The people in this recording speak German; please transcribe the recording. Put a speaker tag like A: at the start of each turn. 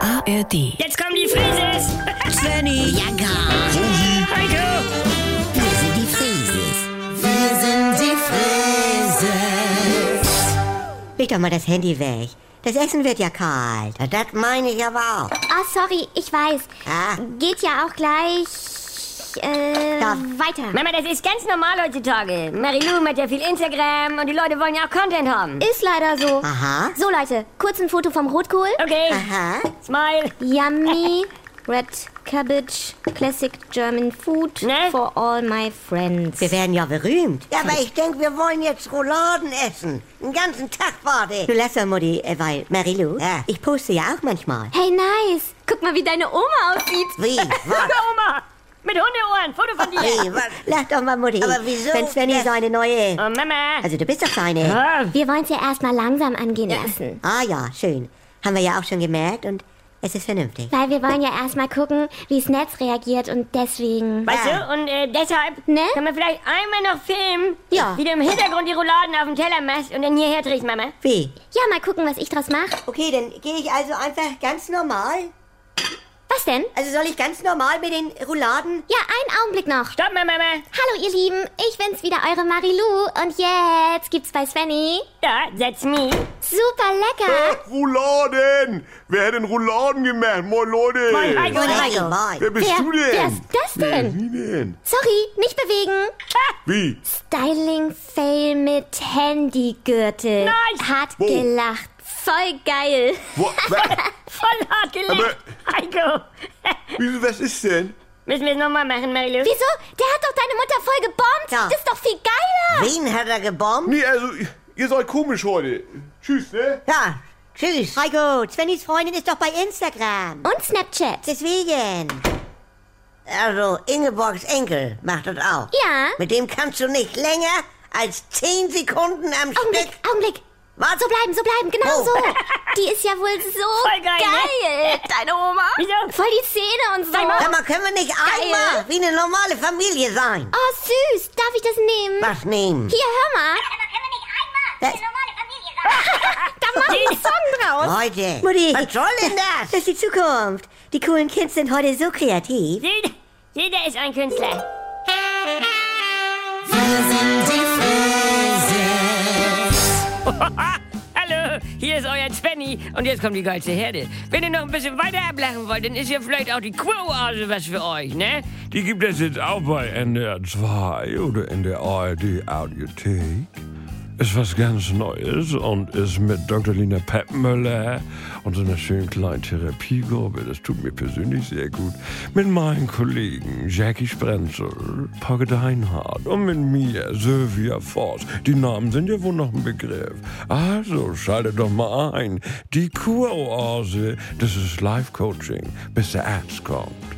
A: ARD.
B: Jetzt kommen die Frises!
C: Svenny,
D: Ja, gar.
B: Heiko!
D: Wir sind die Frieses. Wir sind die Frieses.
C: leg doch mal das Handy weg. Das Essen wird ja kalt. Das meine ich aber auch.
E: Ah, sorry, ich weiß.
C: Ah.
E: Geht ja auch gleich äh,
C: Ja.
E: weiter.
B: Mama, das ist ganz normal heutzutage. Marilou macht ja viel Instagram und die Leute wollen ja auch Content haben.
E: Ist leider so.
C: Aha.
E: So, Leute, kurz ein Foto vom Rotkohl.
B: Okay,
C: Aha.
B: Smile.
E: Yummy red cabbage classic German food
B: Ne?
E: for all my friends.
C: Wir werden ja berühmt.
D: Ja, aber ich denke, wir wollen jetzt Rouladen essen. Den ganzen Tag warte.
C: Du lass doch, Mutti, äh, weil, Marilu,
D: Ja.
C: ich poste ja auch manchmal.
E: Hey, nice. Guck mal, wie deine Oma aussieht.
D: Wie? Was?
B: Guck mal, Oma. Mit Hundeohren. Foto von dir.
D: Wie? Was?
C: Lach doch mal, Mutti.
D: Aber wieso?
C: Wenn Svenny
D: Ja.
C: seine neue...
B: Oh, Mama.
C: Also, du bist doch seine.
B: Ah,
E: Wir wollen es ja erstmal langsam angehen lassen.
C: Ah ja, schön. Haben wir ja auch schon gemerkt und es ist vernünftig.
E: Weil wir wollen ja erstmal gucken, wie das Netz reagiert und deswegen.
B: Weißt du, und äh, deshalb
E: Ne?
B: können wir vielleicht einmal noch filmen,
E: Ja.
B: wie du im Hintergrund die Rouladen auf den Teller machst und dann hierher trägst, Mama.
C: Wie?
E: Ja, mal gucken, was ich draus mache.
C: Okay, dann gehe ich also einfach ganz normal.
E: Was denn?
C: Also soll ich ganz normal mit den Rouladen?
E: Ja, einen Augenblick noch.
B: Stopp mal, Mama.
E: Hallo, ihr Lieben. Ich bin's wieder, eure Marilou. Und jetzt gibt's bei Svenny
B: Ja, that's me.
E: super lecker.
F: Rouladen! Wer hätte denn Rouladen gemacht? Moin Leute!
B: Moin, Heiko.
C: Moin,
D: Hey,
C: Heiko.
D: Mann.
F: Wer bist
E: Wer-
F: du denn?
E: wer ist das denn?
F: Wer ist sie denn?
E: Sorry, nicht bewegen.
F: Wie?
E: Styling-Fail mit Handygürtel.
B: Nice.
E: Hart
F: Wo?
E: gelacht. Voll geil.
F: Wo, wa-
B: Voll hart gelacht. Heiko.
F: wieso, was ist denn?
B: Müssen wir es nochmal machen, Marilou?
E: Wieso? Der hat doch deine Mutter voll gebombt.
C: Ja.
E: Das ist doch viel geiler.
D: Wen hat er gebombt?
F: Nee, also, ihr seid komisch heute. Tschüss, ne?
D: Ja, tschüss.
C: Heiko, Svennys Freundin ist doch bei Instagram.
E: Und Snapchat.
C: Deswegen.
D: Also, Ingeborgs Enkel macht das auch.
E: Ja.
D: Mit dem kannst du nicht länger als 10 Sekunden am
E: Augenblick,
D: Stück.
E: Augenblick.
D: Was?
E: So bleiben, so bleiben, genau
D: Oh.
E: so. Die ist ja wohl so
B: Voll geil,
E: geil. Deine Oma.
B: Wieso?
E: Voll die Szene und so.
D: Sag mal, können wir nicht einmal wie eine normale Familie sein?
E: Oh, süß. Darf ich das nehmen?
D: Was nehmen?
E: Hier, hör mal. Da machen wir einen Song draus.
D: Leute,
C: Mutti.
D: was soll denn
C: Das
D: das?
C: ist die Zukunft. Die coolen Kids sind heute so kreativ.
B: Jeder, jeder ist ein Künstler. Hallo, hier ist euer Svenny und jetzt kommt die geilste Herde. Wenn ihr noch ein bisschen weiter ablachen wollt, dann ist hier vielleicht auch die Quo-Oase was für euch, ne?
G: Die gibt es jetzt auch bei NDR 2 oder in der ARD Audiothek. Ist was ganz Neues und ist mit Dr. Lina Peppmüller und so einer schönen kleinen Therapiegruppe, das tut mir persönlich sehr gut, mit meinen Kollegen Jackie Sprenzel, Pogge Deinhardt und mit mir, Sylvia Voss. Die Namen sind ja wohl noch ein Begriff. Also schaltet doch mal ein. Die Kuroase, das ist Life-Coaching, bis der Arzt kommt.